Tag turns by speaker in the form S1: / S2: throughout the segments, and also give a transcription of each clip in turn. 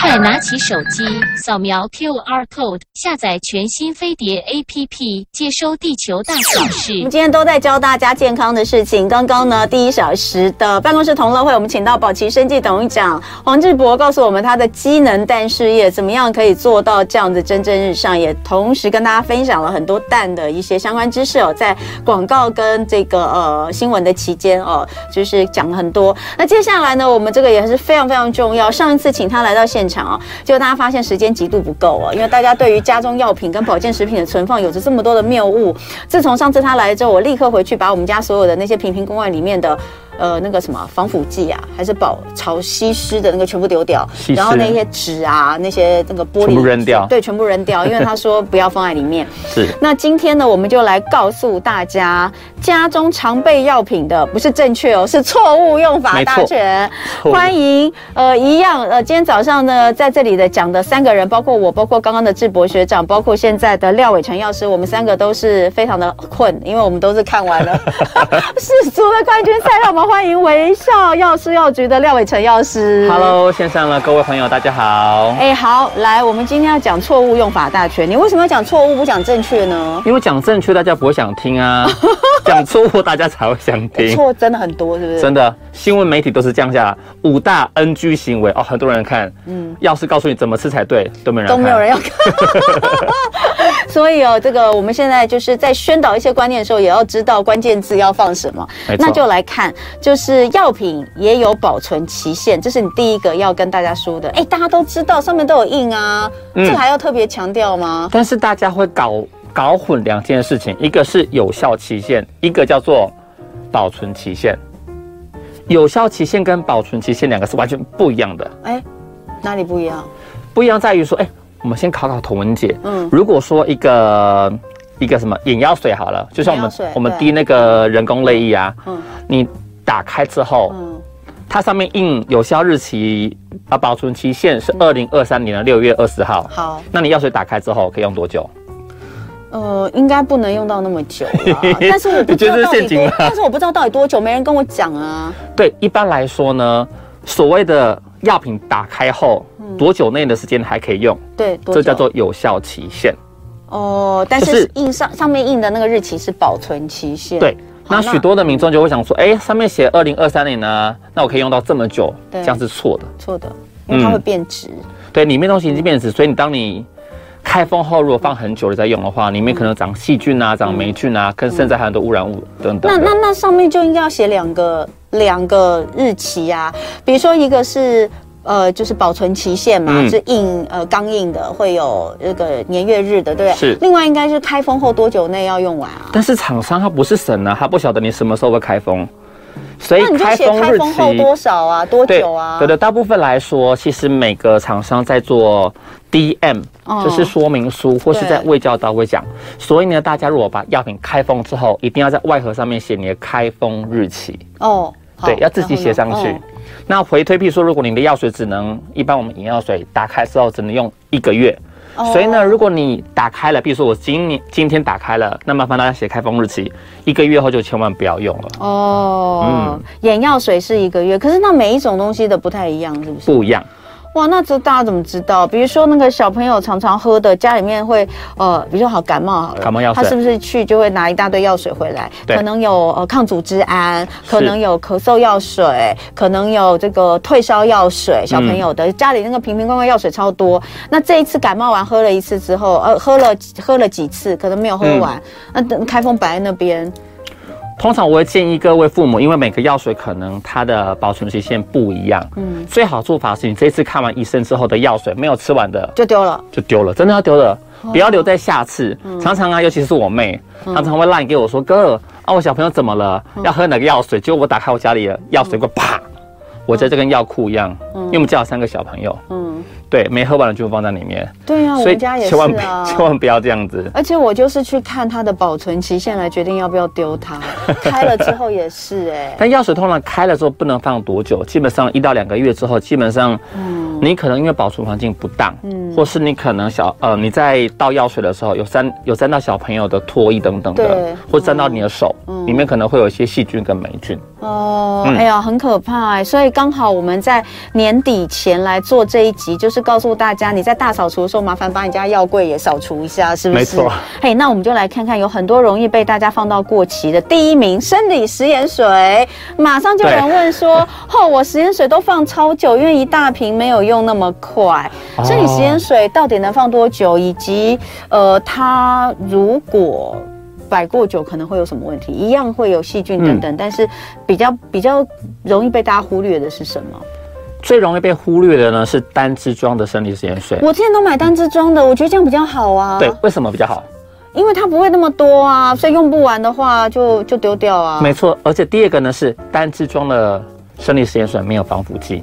S1: 快拿起手机，扫描 QR code，下载全新飞碟 APP，接收地球大小
S2: 我们
S1: 事。
S2: 今天都在教大家健康的事情。刚刚呢，第一小时的办公室同乐会，我们请到宝奇生技董事长黄志博，告诉我们他的机能蛋事业怎么样可以做到这样子蒸蒸日上，也同时跟大家分享了很多蛋的一些相关知识哦，在广告跟这个呃新闻的期间哦，就是讲了很多。那接下来呢，我们这个也是非常非常重要。上一次请他来到现场哦，结果大家发现时间极度不够哦，因为大家对于家中药品跟保健食品的存放有着这么多的谬误。自从上次他来之后，我立刻回去把我们家所有的那些瓶瓶罐罐里面的。呃，那个什么防腐剂啊，还是保潮吸湿的那个全部丢掉
S3: 吸，湿
S2: 然后那些纸啊，那些那个玻璃
S3: 全部扔掉
S2: 对，全部扔掉，因为他说不要放在里面。
S3: 是
S2: 那今天呢，我们就来告诉大家，家中常备药品的不是正确哦，是错误用法
S3: 没错
S2: 大全。
S3: 错误
S2: 欢迎，呃，一样，呃，今天早上呢，在这里的讲的三个人，包括我，包括刚刚的智博学长，包括现在的廖伟成药师，我们三个都是非常的困，因为我们都是看 完了世足的冠军赛，让我们欢迎微笑药师药局的廖伟成药师。
S3: Hello，线上的各位朋友，大家好。
S2: 哎、好，来，我们今天要讲错误用法大全，你为什么要讲错误不讲正确呢？
S3: 因为讲正确，大家不会想听 啊；讲错误，大家才会想听。
S2: 错真的很多，是不是？
S3: 真的，新闻媒体都是这样下来，五大 NG 行为哦，很多人看。嗯，要是告诉你怎么吃才对，都没人
S2: 都
S3: 看。
S2: 没有人要看。 所以哦，这个我们现在就是在宣导一些观念的时候，也要知道关键字要放什么。
S3: 没错
S2: 那就来看，就是药品也有保存期限，这是你第一个要跟大家说的。哎，大家都知道上面都有印啊，
S3: 嗯
S2: 这还要特别强调吗？
S3: 但是大家会搞搞混两件事情，一个是有效期限，一个叫做保存期限。有效期限跟保存期限两个是完全不一样的。
S2: 哎，哪里不一样？
S3: 不一样在于说，哎、我们先考考童文姐，
S2: 嗯
S3: 嗯，如果说一个一个什么眼药水好了，就像我
S2: 眼药水
S3: 们我们
S2: 对
S3: 滴那个人工泪液啊，
S2: 嗯
S3: 你打开之后，
S2: 嗯，
S3: 它上面印有效日期啊，保存期限
S2: 嗯
S3: 是二零二三年的六月二十号。
S2: 好，
S3: 那你药水打开之后可以用多久？
S2: 呃，应该不能用到那么久 啦，但是我不
S3: 你
S2: 知
S3: 觉
S2: 道
S3: 得这是
S2: 到底
S3: 陷阱
S2: 多
S3: 吗，
S2: 但是我不知道到底多久，没人跟我讲啊。
S3: 对，一般来说呢，所谓的药品打开后多久内的时间还可以用，
S2: 对，嗯多久
S3: 这叫做有效期限。
S2: 哦，但
S3: 就是
S2: 是印上上面印的那个日期是保存期限。
S3: 对，
S2: 好
S3: 那许多的民众就会想说，哎、上面写二零二三年呢，那我可以用到这么久，
S2: 对
S3: 这样是错的。
S2: 错的，因为它
S3: 嗯
S2: 会变质。
S3: 对，里面东西已经变质，所以你当你开封后，如果放很久了再用的话，里面可能长细菌啊、长霉菌啊，跟甚至还有很多污染物等等
S2: 嗯那
S3: 的。
S2: 那那上面就应该要写两个两个日期呀、比如说一个是。呃，就是保存期限嘛，
S3: 嗯
S2: 是印呃钢印的，会有那个年月日的，对不对？
S3: 是
S2: 另外应该是开封后多久内要用完啊？
S3: 但是厂商他不是神啊，他不晓得你什么时候会开封，所以
S2: 那你就
S3: 开
S2: 写
S3: 封
S2: 开
S3: 日
S2: 封后
S3: 期
S2: 多少啊？多
S3: 对
S2: 久啊？
S3: 对的，大部分来说，其实每个厂商在做 DM，、
S2: 哦
S3: 就是说明书或是
S2: 对
S3: 在卫教导会讲。所以呢，大家如果把药品开封之后，一定要在外盒上面写你的开封日期，
S2: 哦，好
S3: 对，要自己写上。
S2: 然后
S3: 去。
S2: 呢
S3: 那回推，譬如说，如果你的药水只能，一般我们饮药水打开之后只能用一个月，
S2: 哦
S3: 所以呢，如果你打开了，比如说我今年今天打开了，那麻烦大家写开封日期，一个月后就千万不要用了，
S2: 哦，
S3: 嗯
S2: 眼药水是一个月，可是那每一种东西的不太一样，是不是？
S3: 不一样。
S2: 哇，那这大家怎么知道？比如说那个小朋友常常喝的，家里面会呃，比如说好感冒好了，
S3: 感冒药水
S2: 他是不是去就会拿一大堆药水回来？
S3: 对
S2: 可能有呃抗组织胺，可能有咳嗽药水，可能有这个退烧药水，小朋友的、
S3: 嗯
S2: 家里那个瓶瓶罐罐药水超多。那这一次感冒完喝了一次之后，呃，喝了喝了几次，可能没有喝
S3: 嗯
S2: 完，那等开封摆在那边，
S3: 通常我会建议各位父母，因为每个药水可能它的保存期限不一样，嗯，最好做法是你这次看完医生之后的药水没有吃完的
S2: 就丢了。
S3: 就丢了，真的要丢了，
S2: 哦
S3: 不要留在下次。
S2: 嗯
S3: 常常啊，尤其是我妹，常常会赖给我说哥啊，我小朋友怎么了？
S2: 嗯
S3: 要喝哪个药水？结果我打开我家里的药水柜，啪，我觉得这跟药库一样，因为我们家有三个小朋友，
S2: 嗯，
S3: 对，没喝完的就放在里面，
S2: 对啊，我们家也是
S3: 千万不
S2: 啊，
S3: 千万不要这样子。
S2: 而且我就是去看它的保存期限来决定要不要丢它， 开了之后也是哎、
S3: 但药水通常开了之后不能放多久，基本上一到两个月之后，基本上，
S2: 嗯
S3: 你可能因为保存环境不当，或是你可能小呃你在倒药水的时候有沾有沾到小朋友的唾液等等
S2: 对嗯
S3: 的，或沾到你的手，里面可能会有一些细菌跟霉菌，
S2: 哦，
S3: 嗯
S2: 哎呀，很可怕哎！所以刚好我们在年底前来做这一集，就是告诉大家，你在大扫除的时候，麻烦把你家药柜也扫除一下，是不是？
S3: 没错。
S2: 嘿，那我们就来看看，有很多容易被大家放到过期的。第一名，生理食盐水，马上就有人问 说：“哦，我食盐水都放超久，因为一大瓶没有用那么快。
S3: 哦
S2: 生理食盐水到底能放多久？以及呃，它如果摆过久可能会有什么问题？一样会有细菌等
S3: 嗯
S2: 等，但是比较比较容易被大家忽略的是什么？
S3: 最容易被忽略的呢是单支装的生理食盐水。
S2: 我之前都买单支装的，我觉得这样比较好啊。
S3: 对，，为什么比较好？
S2: 因为它不会那么多啊，所以用不完的话就就丢掉啊。
S3: 没错，而且第二个呢是单支装的生理食盐水没有防腐剂，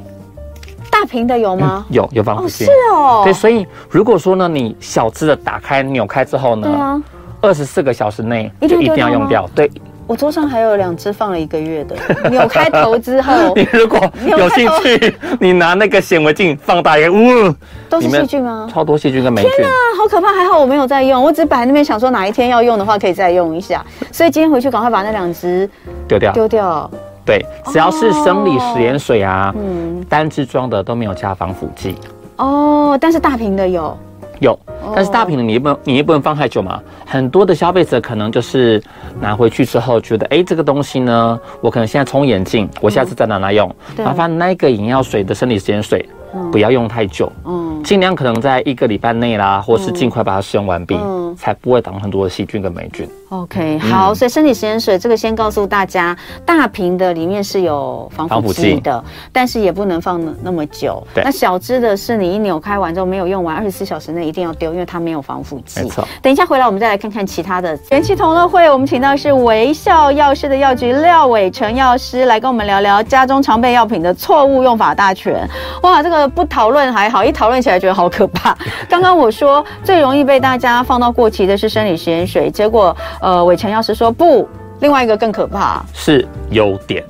S2: 大瓶的有吗？
S3: 有有防
S2: 哦，
S3: 腐剂
S2: 是。哦
S3: 对，，所以如果说呢，你小支的打开扭开之后
S2: 对
S3: 呢，
S2: 啊，
S3: 二十四个小时内
S2: 一定
S3: 就
S2: 要
S3: 一定
S2: 丢
S3: 要
S2: 掉
S3: 用
S2: 吗
S3: 掉。对，
S2: 我桌上还有两只放了一个月的，扭开头之后
S3: 你如果
S2: 没哦有
S3: 有
S2: 看
S3: 兴
S2: 到
S3: 趣，你拿那个显微镜放大一个，呜，
S2: 都是
S3: 里面
S2: 细菌吗？
S3: 超多细菌跟霉菌。
S2: 啊，好可怕！还好我没有在用，我只摆在那边想说哪一天要用的话可以再用一下，所以今天回去赶快把那两只
S3: 丢掉。
S2: 丢哦掉。
S3: 对，只要是生理食盐水啊，
S2: 嗯，
S3: 单支装的都没有加防腐剂。
S2: 哦，但是大瓶的有，
S3: 有，
S2: 哦
S3: 但是大瓶的你也不能，你也不能放太久嘛。很多的消费者可能就是拿回去之后觉得，哎，这个东西呢，我可能现在冲眼镜，我下次再拿来用。
S2: 嗯对
S3: 麻烦那个饮料水的生理食盐水
S2: 嗯
S3: 不要用太久，
S2: 嗯，
S3: 尽量可能在一个礼拜内啦，或是尽快把它使用完毕
S2: 嗯，
S3: 才不会挡很多的细菌跟霉菌。
S2: OK，好，
S3: 嗯
S2: 所以生理食盐水这个先告诉大家，大瓶的里面是有防
S3: 防
S2: 腐
S3: 腐
S2: 剂
S3: 剂
S2: 的，但是也不能放那那么久。
S3: 对
S2: 那小支的是你一扭开完之后没有用完，二十四小时内一定要丢，因为它没有防腐剂。
S3: 没错。
S2: 等一下回来我们再来看看其他的元气同乐会，我们请到是微笑药师的药局廖伟成药师来跟我们聊聊家中常备药品的错误用法大全。哇，这个不讨论还好，一讨论起来觉得好可怕。 刚刚我说最容易被大家放到过期的是生理食盐水，结果呃，伟成药师说不，另外一个更可怕，
S3: 是优点，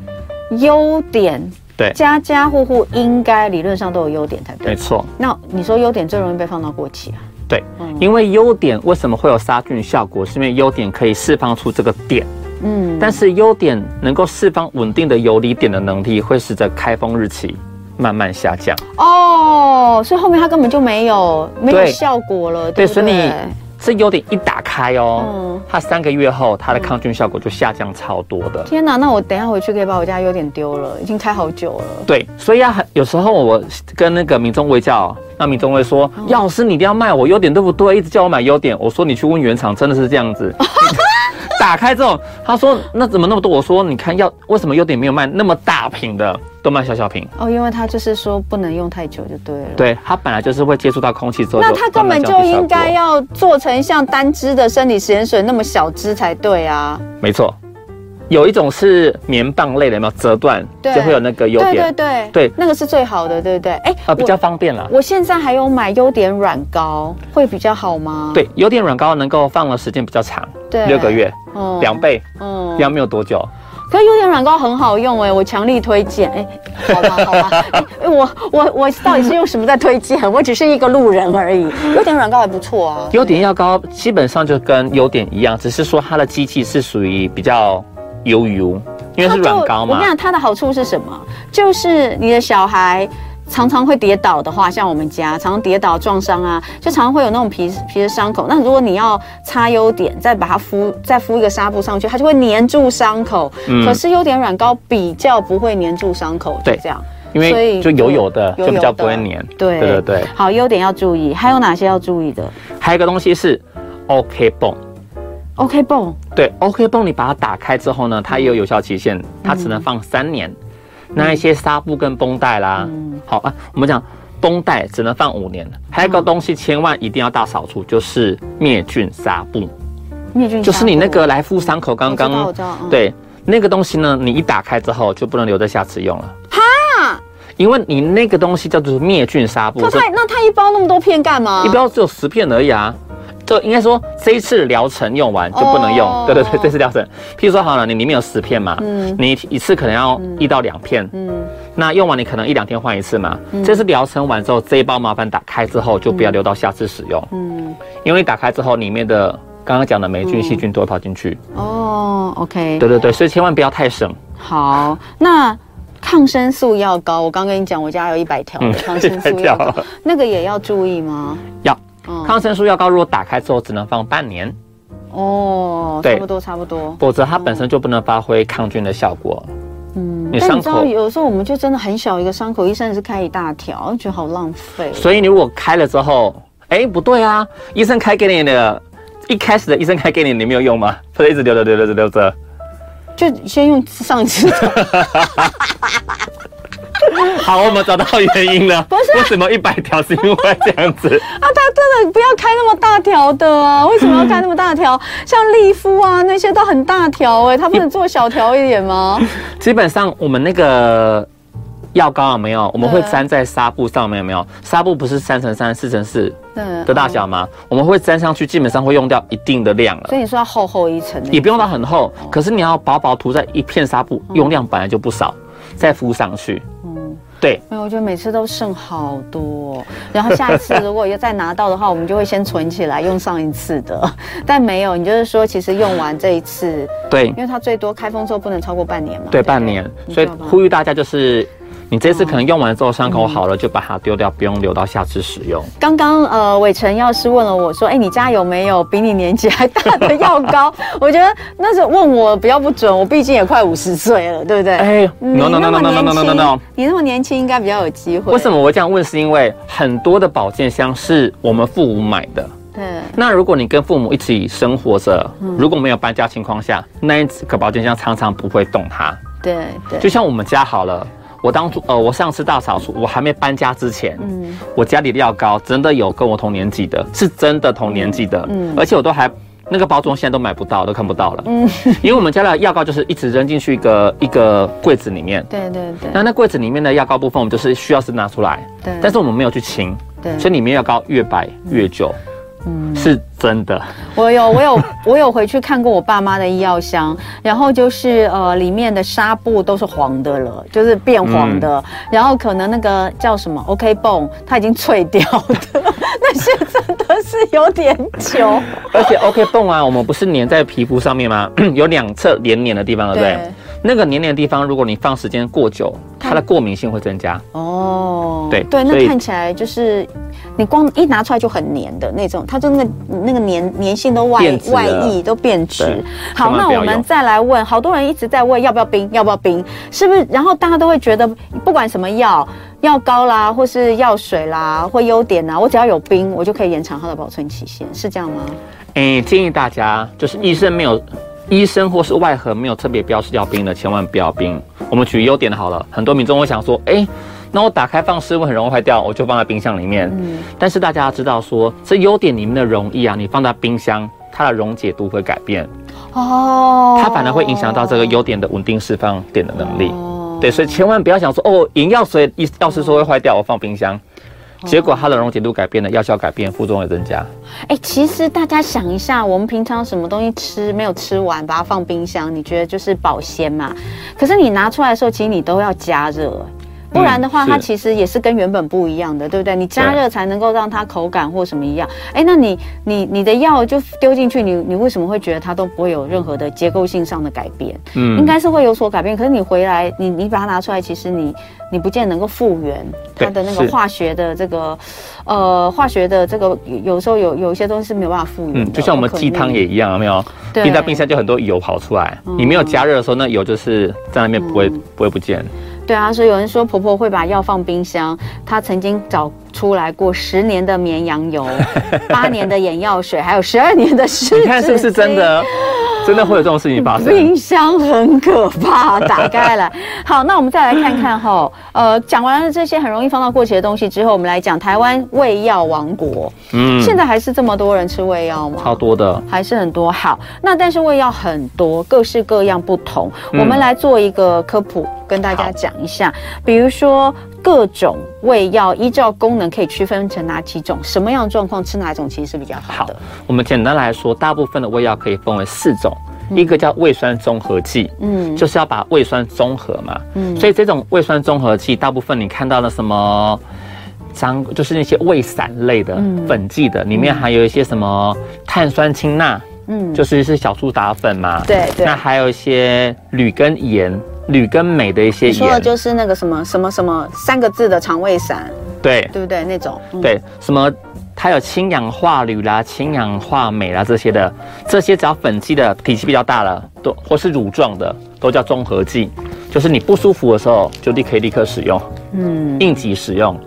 S2: 优点。
S3: 对
S2: 家家户户应该理论上都有优点才
S3: 没
S2: 对。
S3: 错。
S2: 那你说优点最容易被放到过期啊？
S3: 对
S2: 嗯，
S3: 因为优点为什么会有杀菌效果？是因为优点可以释放出这个点，
S2: 嗯，
S3: 但是优点能够释放稳定的游离点的能力，会使得开封日期慢慢下降。
S2: 哦，所以后面它根本就没有没有
S3: 对
S2: 效果了，对
S3: 对，
S2: 不
S3: 所以你
S2: 对？
S3: 这优点一打开哦
S2: 嗯，
S3: 它三个月后它的抗菌效果就下降超多的。
S2: 天哪，那我等一下回去可以把我家优点丢了，已经开好久了。
S3: 对，所以啊，很有时候我跟那个民众会叫，那民众会说，
S2: 嗯
S3: 药师你一定要卖我优点，对不对？一直叫我买优点，我说你去问原厂，真的是这样子。打开之后，他说那怎么那么多？我说你看药为什么优点没有卖那么大瓶的，都卖小小瓶。
S2: 哦，因为他就是说不能用太久就对了。。
S3: 对，它本来就是会接触到空气之后，
S2: 那它根本就应该
S3: 要
S2: 要做成像单支的生理食盐水那么小支才对啊！
S3: 没错。有一种是棉棒类的，有没有折断
S2: 对
S3: 就会有那个优
S2: 对对
S3: 点，
S2: 对
S3: 对
S2: 那个是最好的，对不对？哎、
S3: 呃，比较方便啦。
S2: 我我现在还有买优点软膏，会比较好吗？
S3: 对，优点软膏能够放的时间比较长，
S2: 对
S3: 六个月，
S2: 嗯
S3: 两倍，
S2: 嗯
S3: 要没有多久。
S2: 可是优点软膏很好用哎、我强力推荐哎、好吧好吧， 哎哎我我我到底是用什么在推 荐？我只是一个路人而已。优点软膏还不错啊，
S3: 优点药膏基本上就跟优点一样，只是说它的机器是属于比较油油，因为是软膏
S2: 它就我
S3: 嘛
S2: 跟你。讲，它的好处是什么？就是你的小孩。常常会跌倒的话，像我们家常常跌倒撞伤啊，就常常会有那种皮皮的伤口。那如果你要擦优点，再把它敷再敷一个纱布上去，它就会粘住伤口。
S3: 嗯
S2: 可是优点软膏比较不会粘住伤口，就
S3: 对
S2: 这样。
S3: 因
S2: 所以
S3: 为就油油的，
S2: 油
S3: 就比
S2: 油
S3: 较
S2: 的
S3: 不会粘。
S2: 对
S3: 对对对。
S2: 好，优点要注意，还有哪些要注意的
S3: 还有一个东西是 OK 泵，
S2: ？OK 泵
S3: 对 OK 泵，你把它打开之后呢，它也有有效期限，它只能放三年。
S2: 嗯
S3: 那一些纱布跟绷带啦，好啊，我们讲绷带只能放五年。还
S2: 嗯
S3: 有一个东西千万一定要大扫除，就是灭菌纱布，
S2: 灭菌纱布，
S3: 就是你那个来敷伤口刚刚
S2: 我知道我知道嗯
S3: 对那个东西呢，你一打开之后就不能留在下次用了。哈，因为你那个东西叫做灭菌纱布，
S2: 可
S3: 就
S2: 它那它一包那么多片干嘛？
S3: 一包只有十片而已啊。就应该说这一次疗程用完就不能用，
S2: 哦
S3: 对对对，这次疗程，譬如说好了，你里面有十片嘛，你一一次可能要一到两片，
S2: 嗯
S3: 那用完你可能一两天换一次嘛。这次疗程完之后，这一包麻烦打开之后就不要留到下次使用，
S2: 嗯
S3: 因为你打开之后里面的刚刚讲的霉菌、细菌都会跑进去。
S2: 哦，OK，
S3: 对对对，所以千万不要太省，
S2: 好，那抗生素药膏，我刚跟你讲，我家有一百条的
S3: 嗯
S2: 抗生素药膏
S3: 100条，
S2: 那个也要注意吗？
S3: 要
S2: 嗯，
S3: 抗生素药膏如果打开之后只能放半年，
S2: 哦，
S3: 对
S2: 差不多差不多。
S3: 否则它本身就不能发挥抗菌的效果。
S2: 嗯，
S3: 你
S2: 但你
S3: 伤
S2: 知道，
S3: 口
S2: 有时候我们就真的很小一个伤口，医生也是开一大条，觉得好浪费。
S3: 所以你如果开了之后，哎，不对啊，医生开给你的，一开始的医生开给你，你没有用吗？它就一直留着留着留着留着，
S2: 就先用上肢的，
S3: 好，我们找到原因了。
S2: 不是
S3: 为什么一百条是因为这样 子？
S2: 啊，他真的不要开那么大条的啊！为什么要开那么大条？像利夫啊那些都很大条哎、他不能做小条一点 吗？
S3: 基本上我们那个药膏啊有没有？我们会
S2: 对
S3: 粘在纱布上面有没有？纱布不是三乘三、四乘四
S2: 嗯，
S3: 的大小吗？我们会粘上去，基本上会用掉一定的量了
S2: 所。以你说要厚厚一层的，欸
S3: 也不用到很厚，
S2: 哦
S3: 可是你要薄薄涂在一片纱布，用量本来就不少，再敷上去。
S2: 哦
S3: 对，
S2: 没有，我觉得每次都剩好多哦，然后下一次如果要再拿到的话，我们就会先存起来用上一次的。但没有，你就是说，其实用完这一次，
S3: 对
S2: 因，为它最多开封之后不能超过半年嘛。
S3: 对，
S2: 不
S3: 半年。
S2: 你
S3: 所以
S2: 知道吧
S3: 呼吁大家就是，你这次可能用完之后伤口好了，
S2: 哦
S3: 就把它丢掉，不用留到下次使用。
S2: 刚刚呃，伟成药师问了我说：“哎，你家有没有比你年纪还大的药膏？”我觉得那是问我比较不准，我毕竟也快五十岁了，对不对？
S3: 哎
S2: 嗯
S3: ，no no no no no no no no no no。，
S2: 你那么年轻你那么年轻应该比较有机会。
S3: 为什？么我这样问？是因为很多的保健箱是我们父母买的。
S2: 对，
S3: 那如果你跟父母一起生活着，
S2: 嗯
S3: 如果没有搬家情况下，那一个保健箱常常不会动它。
S2: 对对，
S3: 就像我们家好了，我当初呃，我上次大扫除，我还没搬家之前，
S2: 嗯
S3: 我家里的药膏真的有跟我同年纪的，是真的同年纪的，
S2: 嗯
S3: 而且我都还。那个包装现在都买不到，都看不到了。嗯， 因为我们家的药膏就是一直扔进去一个一个柜子里面，
S2: 对对对。
S3: 那那柜子里面的药膏部分，我们就是需要是拿出来，
S2: 对
S3: 但是我们没有去清，
S2: 对
S3: 所以里面药膏越白越久，嗯，是真的。
S2: 我有，我有， 我有回去看过我爸妈的医药箱，然后就是呃，里面的纱布都是黄的了，就是变黄的，然后可能那个叫什么 OK 泵，它已经脆掉的， 那些真的是有点久。
S3: 而且 OK 泵啊，我们不是粘在皮肤上面吗？ 有两侧黏黏的地方，对不对？
S2: 对
S3: 那个黏黏的地方，如果你放时间过久，它的过敏性会增加。
S2: 哦，
S3: 对
S2: 对，
S3: 所
S2: 那
S3: 以
S2: 看起来就是你光一拿出来就很黏的那种，它就那个那个黏粘性都外
S3: 变质了
S2: 外溢都变质
S3: 对。
S2: 好，
S3: 千万
S2: 那
S3: 不要
S2: 我们
S3: 用
S2: 再来问，好多人一直在问要不要冰，要不要冰，是不是？然后大家都会觉得，嗯不管什么药，药膏啦，或是药水啦，或优点啦，我只要有冰，我就可以延长它的保存期限，是这样吗？
S3: 诶，建议大家就是医生没有。医生或是外盒没有特别标示要冰的，千万不要冰。我们举优点好了，很多民众会想说，诶，那我打开放室温很容易坏掉，我就放在冰箱里面。
S2: 嗯
S3: 但是大家要知道说，这优点里面的容易啊，你放在冰箱，它的溶解度会改变，
S2: 哦，
S3: 它反而会影响到这个优点的稳定释放点的能力。
S2: 哦
S3: 对，所以千万不要想说哦，饮药水一药师说会坏掉，我放冰箱，
S2: 哦
S3: 结果它的溶解度改变了，药效改变，副作用也增加。
S2: 哎、其实大家想一下，我们平常什么东西吃没有吃完，把它放冰箱，你觉得就是保鲜嘛？可是你拿出来的时候，其实你都要加热，不然的话，
S3: 嗯是
S2: 它其实也是跟原本不一样的，对不对？你加
S3: 对
S2: 热才能够让它口感或什么一样。哎、那你你你的药就丢进去，你你为什么会觉得它都不会有任何的结构性上的改变？
S3: 嗯
S2: 应该是会有所改变。可是你回来，你你把它拿出来，其实你你不见得能够复原它
S3: 对
S2: 的那个
S3: 是
S2: 化学的这个，呃，化学的这个有有时候有有一些东西是没有办法复原的。
S3: 嗯，就像我们
S2: 不可逆
S3: 鸡汤也一样，有没有？
S2: 对嗯
S3: 冰在冰箱就很多油跑出来，你没有加热的时候，那油就是在那边不会不会不见。
S2: 对啊，所以有人说婆婆会把药放冰箱，她曾经找出来过十年的绵羊 油、八年的眼药水，还有十二年的湿纸
S3: 你看是不是真
S2: 巾？
S3: 的？真的会有这种事情发生？
S2: 冰箱很可怕，打开 来。好，那我们再来看看哈，呃，讲完了这些很容易放到过期的东西之后，我们来讲台湾胃药王国。
S3: 嗯，
S2: 现在还是这么多人吃胃药吗？
S3: 超多的。
S2: 还是很多好，那但是胃药很多，各式各样不同。
S3: 嗯
S2: 我们来做一个科普，跟大家
S3: 好
S2: 讲一下，比如说各种胃药依照功能可以区分成哪几种，什么样的状况吃哪种其实是比较好
S3: 好
S2: 的。，
S3: 我们简单来说，大部分的胃药可以分为四种，一个叫胃酸综合剂，
S2: 嗯
S3: 嗯，就是要把胃酸综合嘛，
S2: 嗯
S3: 嗯，所以这种胃酸综合剂，大部分你看到的什么。张就是那些胃散类的、
S2: 嗯
S3: 粉剂的，里面含有一些什么碳酸氢钠，
S2: 嗯
S3: 就是是小苏打粉嘛，
S2: 对对
S3: 那还有一些铝跟盐，铝跟镁的一些
S2: 你说的
S3: 盐，
S2: 就是那个什么什么什么三个字的肠胃散，
S3: 对
S2: 对不对？那种，嗯，
S3: 对，什么它有氢氧化铝啦、氢氧化镁啦这些的，这些只要粉剂的体积比较大了，都或是乳状的，都叫综合剂，就是你不舒服的时候就立可以立刻使用，
S2: 嗯
S3: 应急使用。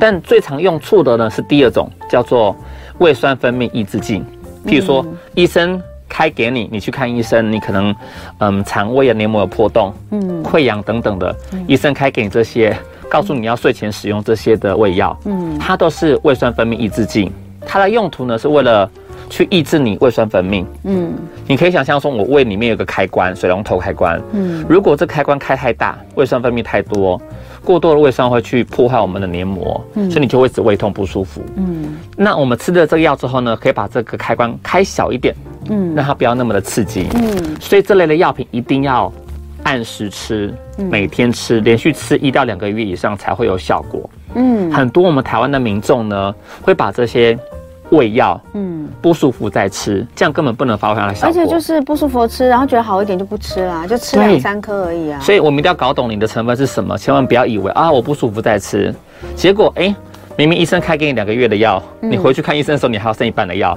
S3: 但最常用错的呢是第二种，叫做胃酸分泌抑制剂，譬如说、医生。开给你，你去看医生，你可能，嗯，肠胃啊黏膜有破洞，
S2: 嗯
S3: 溃疡等等的，医生开给你这些，告诉你要睡前使用这些的胃药，
S2: 嗯
S3: 它都是胃酸分泌抑制剂。它的用途呢是为了去抑制你胃酸分泌。
S2: 嗯
S3: 你可以想象说，我胃里面有个开关，水龙头开关，
S2: 嗯
S3: 如果这开关开太大，胃酸分泌太多，过多的胃酸会去破坏我们的黏膜，所以你就会一直胃痛不舒服。
S2: 嗯
S3: 那我们吃了这个药之后呢，可以把这个开关开小一点，
S2: 嗯
S3: 让它不要那么的刺激。
S2: 嗯
S3: 所以这类的药品一定要按时吃，
S2: 嗯
S3: 每天吃，连续吃一到两个月以上才会有效果。
S2: 嗯
S3: 很多我们台湾的民众呢，会把这些胃药
S2: 嗯，
S3: 不舒服再吃，这样根本不能发挥它的效果。
S2: 而且就是不舒服吃，然后觉得好一点就不吃啦，就吃两
S3: 对
S2: 三颗而已啊。
S3: 所以我们一定要搞懂你的成分是什么，千万不要以为啊我不舒服再吃，结果哎、明明医生开给你两个月的药，
S2: 嗯
S3: 你回去看医生的时候你还要剩一半的药，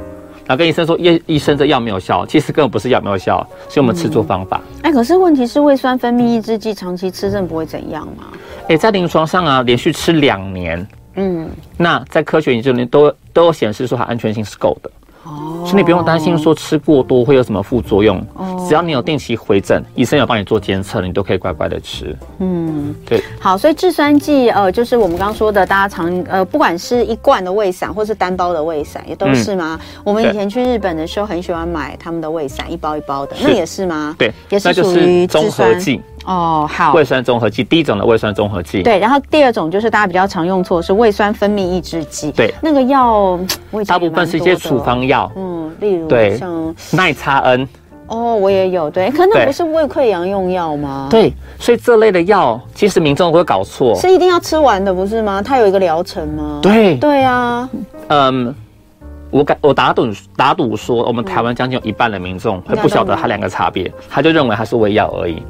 S3: 然后跟医生说医医生这药没有效，其实根本不是药没有效，是我们吃错方法。
S2: 哎，可是问题是胃酸分泌抑制剂长期吃真的不会怎样吗？
S3: 哎、在临床上啊，连续吃两年，
S2: 嗯，
S3: 那在科学研究里面都都有显示说它安全性是够的。
S2: 哦，
S3: 所以你不用担心说吃过多会有什么副作用，只要你有定期回诊，医生有帮你做监测，你都可以乖乖的吃。
S2: 嗯，
S3: 对，
S2: 好，所以制酸剂呃，就是我们刚刚说的，大家常呃，不管是一罐的胃散或是单包的胃散，也都
S3: 嗯
S2: 是吗？我们以
S3: 对
S2: 前去日本的时候，很喜欢买他们的胃散，一包一包的，
S3: 是
S2: 那也是吗？
S3: 对，
S2: 也是
S3: 那就
S2: 属于
S3: 是
S2: 制
S3: 综合
S2: 酸
S3: 剂，
S2: 哦，好
S3: 胃。酸综合剂，第一种的胃酸综合剂，
S2: 对，然后第二种就是大家比较常用错的是胃酸分泌抑制剂，
S3: 对
S2: 那个药我以前
S3: 大部
S2: 也蛮
S3: 分是一
S2: 多
S3: 些
S2: 的
S3: 处，方药，
S2: 嗯，例如
S3: 对
S2: 像
S3: 奈擦恩，
S2: 哦，我也有对，可那
S3: 对
S2: 不是胃溃疡用药吗？，
S3: 对，所以这类的药，其实民众会搞错。
S2: 是一定要吃完的，不是吗？它有一个疗程吗？，
S3: 哦对，
S2: 对啊，
S3: 嗯，我敢我打赌打赌说，
S2: 嗯
S3: 我们台湾将近有一半的民众会不晓得它两个差别，他就认为它是胃药而已。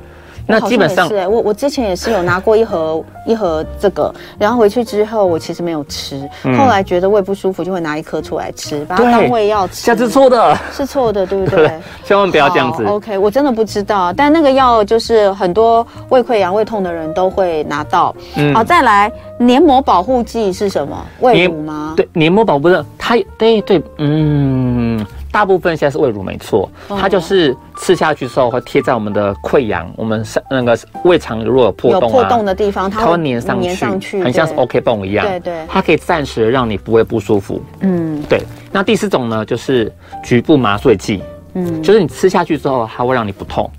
S3: 那
S2: 好
S3: 基本
S2: 像
S3: 上
S2: 也是欸、我我之前也是有拿过一盒一盒这个，然后回去之后我其实没有吃，后来觉得胃不舒服就会拿一颗出来吃，把它
S3: 嗯对
S2: 当胃药吃。
S3: 下次错的，
S2: 是错的，对不
S3: 对
S2: 对？，
S3: 千万不要这样子
S2: 嗯好。OK，我真的不知道，但那个药就是很多胃溃疡、胃痛的人都会拿到。
S3: 嗯
S2: 好，再来黏膜保护剂是什么？胃乳吗？，
S3: 对，黏膜保不是它，对对，嗯，大部分现在是胃乳没错，
S2: 哦
S3: 它就是吃下去之后会贴在我们的溃疡，我们上那个胃肠如果有破
S2: 有
S3: 洞、啊、
S2: 破洞的地方它
S3: 它
S2: 会
S3: 会粘上去，
S2: 粘上去，
S3: 很像是
S2: 对
S3: OK 绷一样。嗯
S2: 对对
S3: 它可以暂时让你不会不舒服。
S2: 嗯
S3: 对，那第四种呢，就是局部麻醉剂，
S2: 嗯
S3: 就是你吃下去之后，它会让你不痛。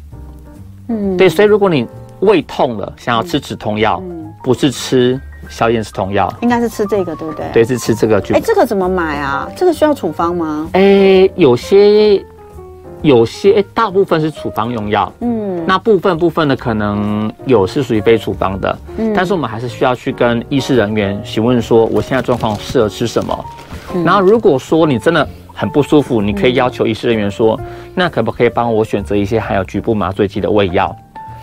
S2: 嗯，
S3: 对，所以如果你胃痛了，想要吃止痛药，不是吃消炎止痛药，
S2: 应该是吃这个，对不对？。
S3: 对，是吃这个局
S2: 哎，
S3: 部
S2: 这个怎么买啊？这个需要处方吗？
S3: 诶，哎有些有些、诶大部分是处方用药，
S2: 嗯
S3: 那部分部分的可能有是属于非处方的，
S2: 嗯
S3: 但是我们还是需要去跟医师人员询问说我现在状况适合吃什么。
S2: 嗯
S3: 然后如果说你真的很不舒服，你可以要求医师人员说，那可不可以帮我选择一些含有局部麻醉剂的胃药，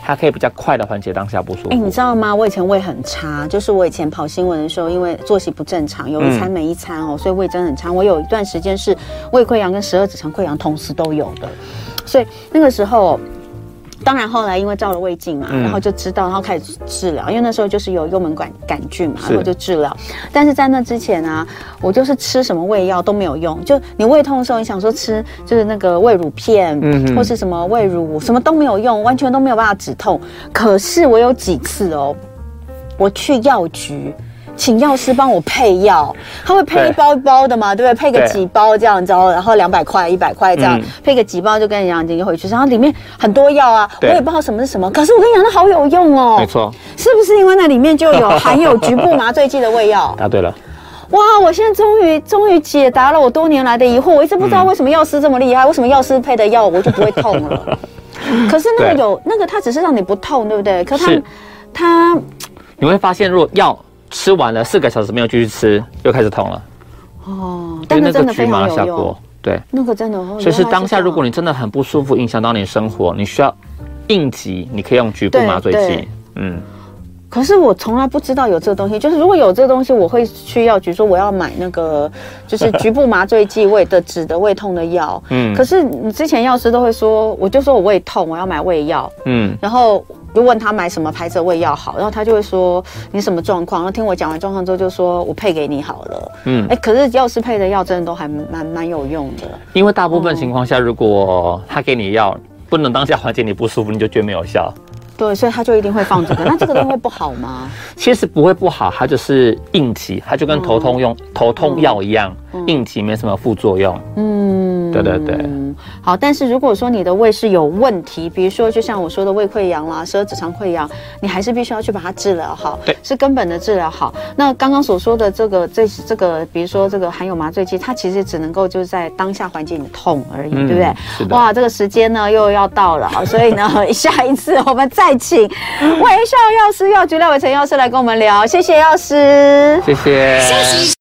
S3: 它可以比较快的缓解当下不舒
S2: 哎、你
S3: 服。
S2: 知道吗？我以前胃很差，就是我以前跑新闻的时候，因为作息不正常，有一
S3: 嗯
S2: 餐没一餐哦，所以胃真的很差。我有一段时间是胃溃疡跟十二指肠溃疡同时都有的，所以那个时候。当然，后来因为照了胃镜嘛，
S3: 嗯
S2: 然后就知道，然后开始治疗。因为那时候就是有幽门杆杆菌嘛，
S3: 是
S2: 然后就治疗。但是在那之前啊，我就是吃什么胃药都没有用。就你胃痛的时候，你想说吃就是那个胃乳片，
S3: 嗯哼
S2: 或是什么胃乳，什么都没有用，完全都没有办法止痛。可是我有几次哦，我去药局。请药师帮我配药，他会配
S3: 对
S2: 一包一包的嘛，对不对？配个
S3: 对
S2: 几包这样，你知道，然后两百块、一百块这样
S3: 嗯，
S2: 配个几包就跟你讲，你就回去吃。然后里面很多药啊，我
S3: 对
S2: 也不知道什么是什么，可是我跟你讲，那好有用哦。
S3: 没，错，
S2: 是不是因为那里面就有含有局部麻醉剂的胃药？
S3: 答对了。
S2: 哇！我现在终于终于解答了我多年来的疑惑。我一直不知道为什么药师这么厉害，为什么药师配的药我就不会痛 了。可是那个
S3: 对
S2: 有那个，它只是让你不痛，对不对？可它嗯
S3: 是
S2: 它
S3: 你会发现，如果药吃完了四个小时没有继续吃，又开始痛了，
S2: 哦，
S3: 因
S2: 但
S3: 为
S2: 是
S3: 那
S2: 真
S3: 个
S2: 的
S3: 局
S2: 非
S3: 麻
S2: 常
S3: 的效
S2: 有用
S3: 果。。对，
S2: 那个真的，哦
S3: 所以是当下，如果
S2: 你
S3: 你真的很不舒服，影响到你生活，你需要应急你可以用局部麻醉
S2: 对
S3: 剂
S2: 对，
S3: 嗯，
S2: 可是我从来不知道有这个东西，就是如果有这个东西，我会去药局说我要买那个就是局部麻醉剂胃的止的胃痛的药。
S3: 嗯
S2: 可是你之前药师都会说，我就说我胃痛，我要买胃药，
S3: 嗯，
S2: 然后就问他买什么牌子的胃药好，然后他就会说你什么状况，然后听我讲完状况之后就说我配给你好了。
S3: 嗯
S2: 哎，可是药师配的药真的都还蛮蛮有用的，
S3: 因为大部分
S2: 哦
S3: 情况下，如果他给你药不能当下缓解你不舒服，你就觉得没有效。
S2: 对，所以他就一定会放这个。那这个东西会不好吗？
S3: 其实不会不好，它就是应急，它就跟头
S2: 哦
S3: 痛用、头痛药一样，应急没什么副作用。
S2: 嗯，
S3: 对对对。
S2: 好，但是如果说你的胃是有问题，比如说就像我说的胃溃疡啦、十二指肠溃疡，你还是必须要去把它治疗好，
S3: 对
S2: 是根本的治疗好。那刚刚所说的这个这这个，比如说这个含有麻醉剂，它其实只能够就是在当下缓解你的痛而已，
S3: 嗯
S2: 对不对？
S3: 是的
S2: 哇，这个时间呢又要到 了，好所以呢下一次我们再请微笑药师药局廖伟成药师来跟我们聊，谢谢药师，
S3: 谢谢。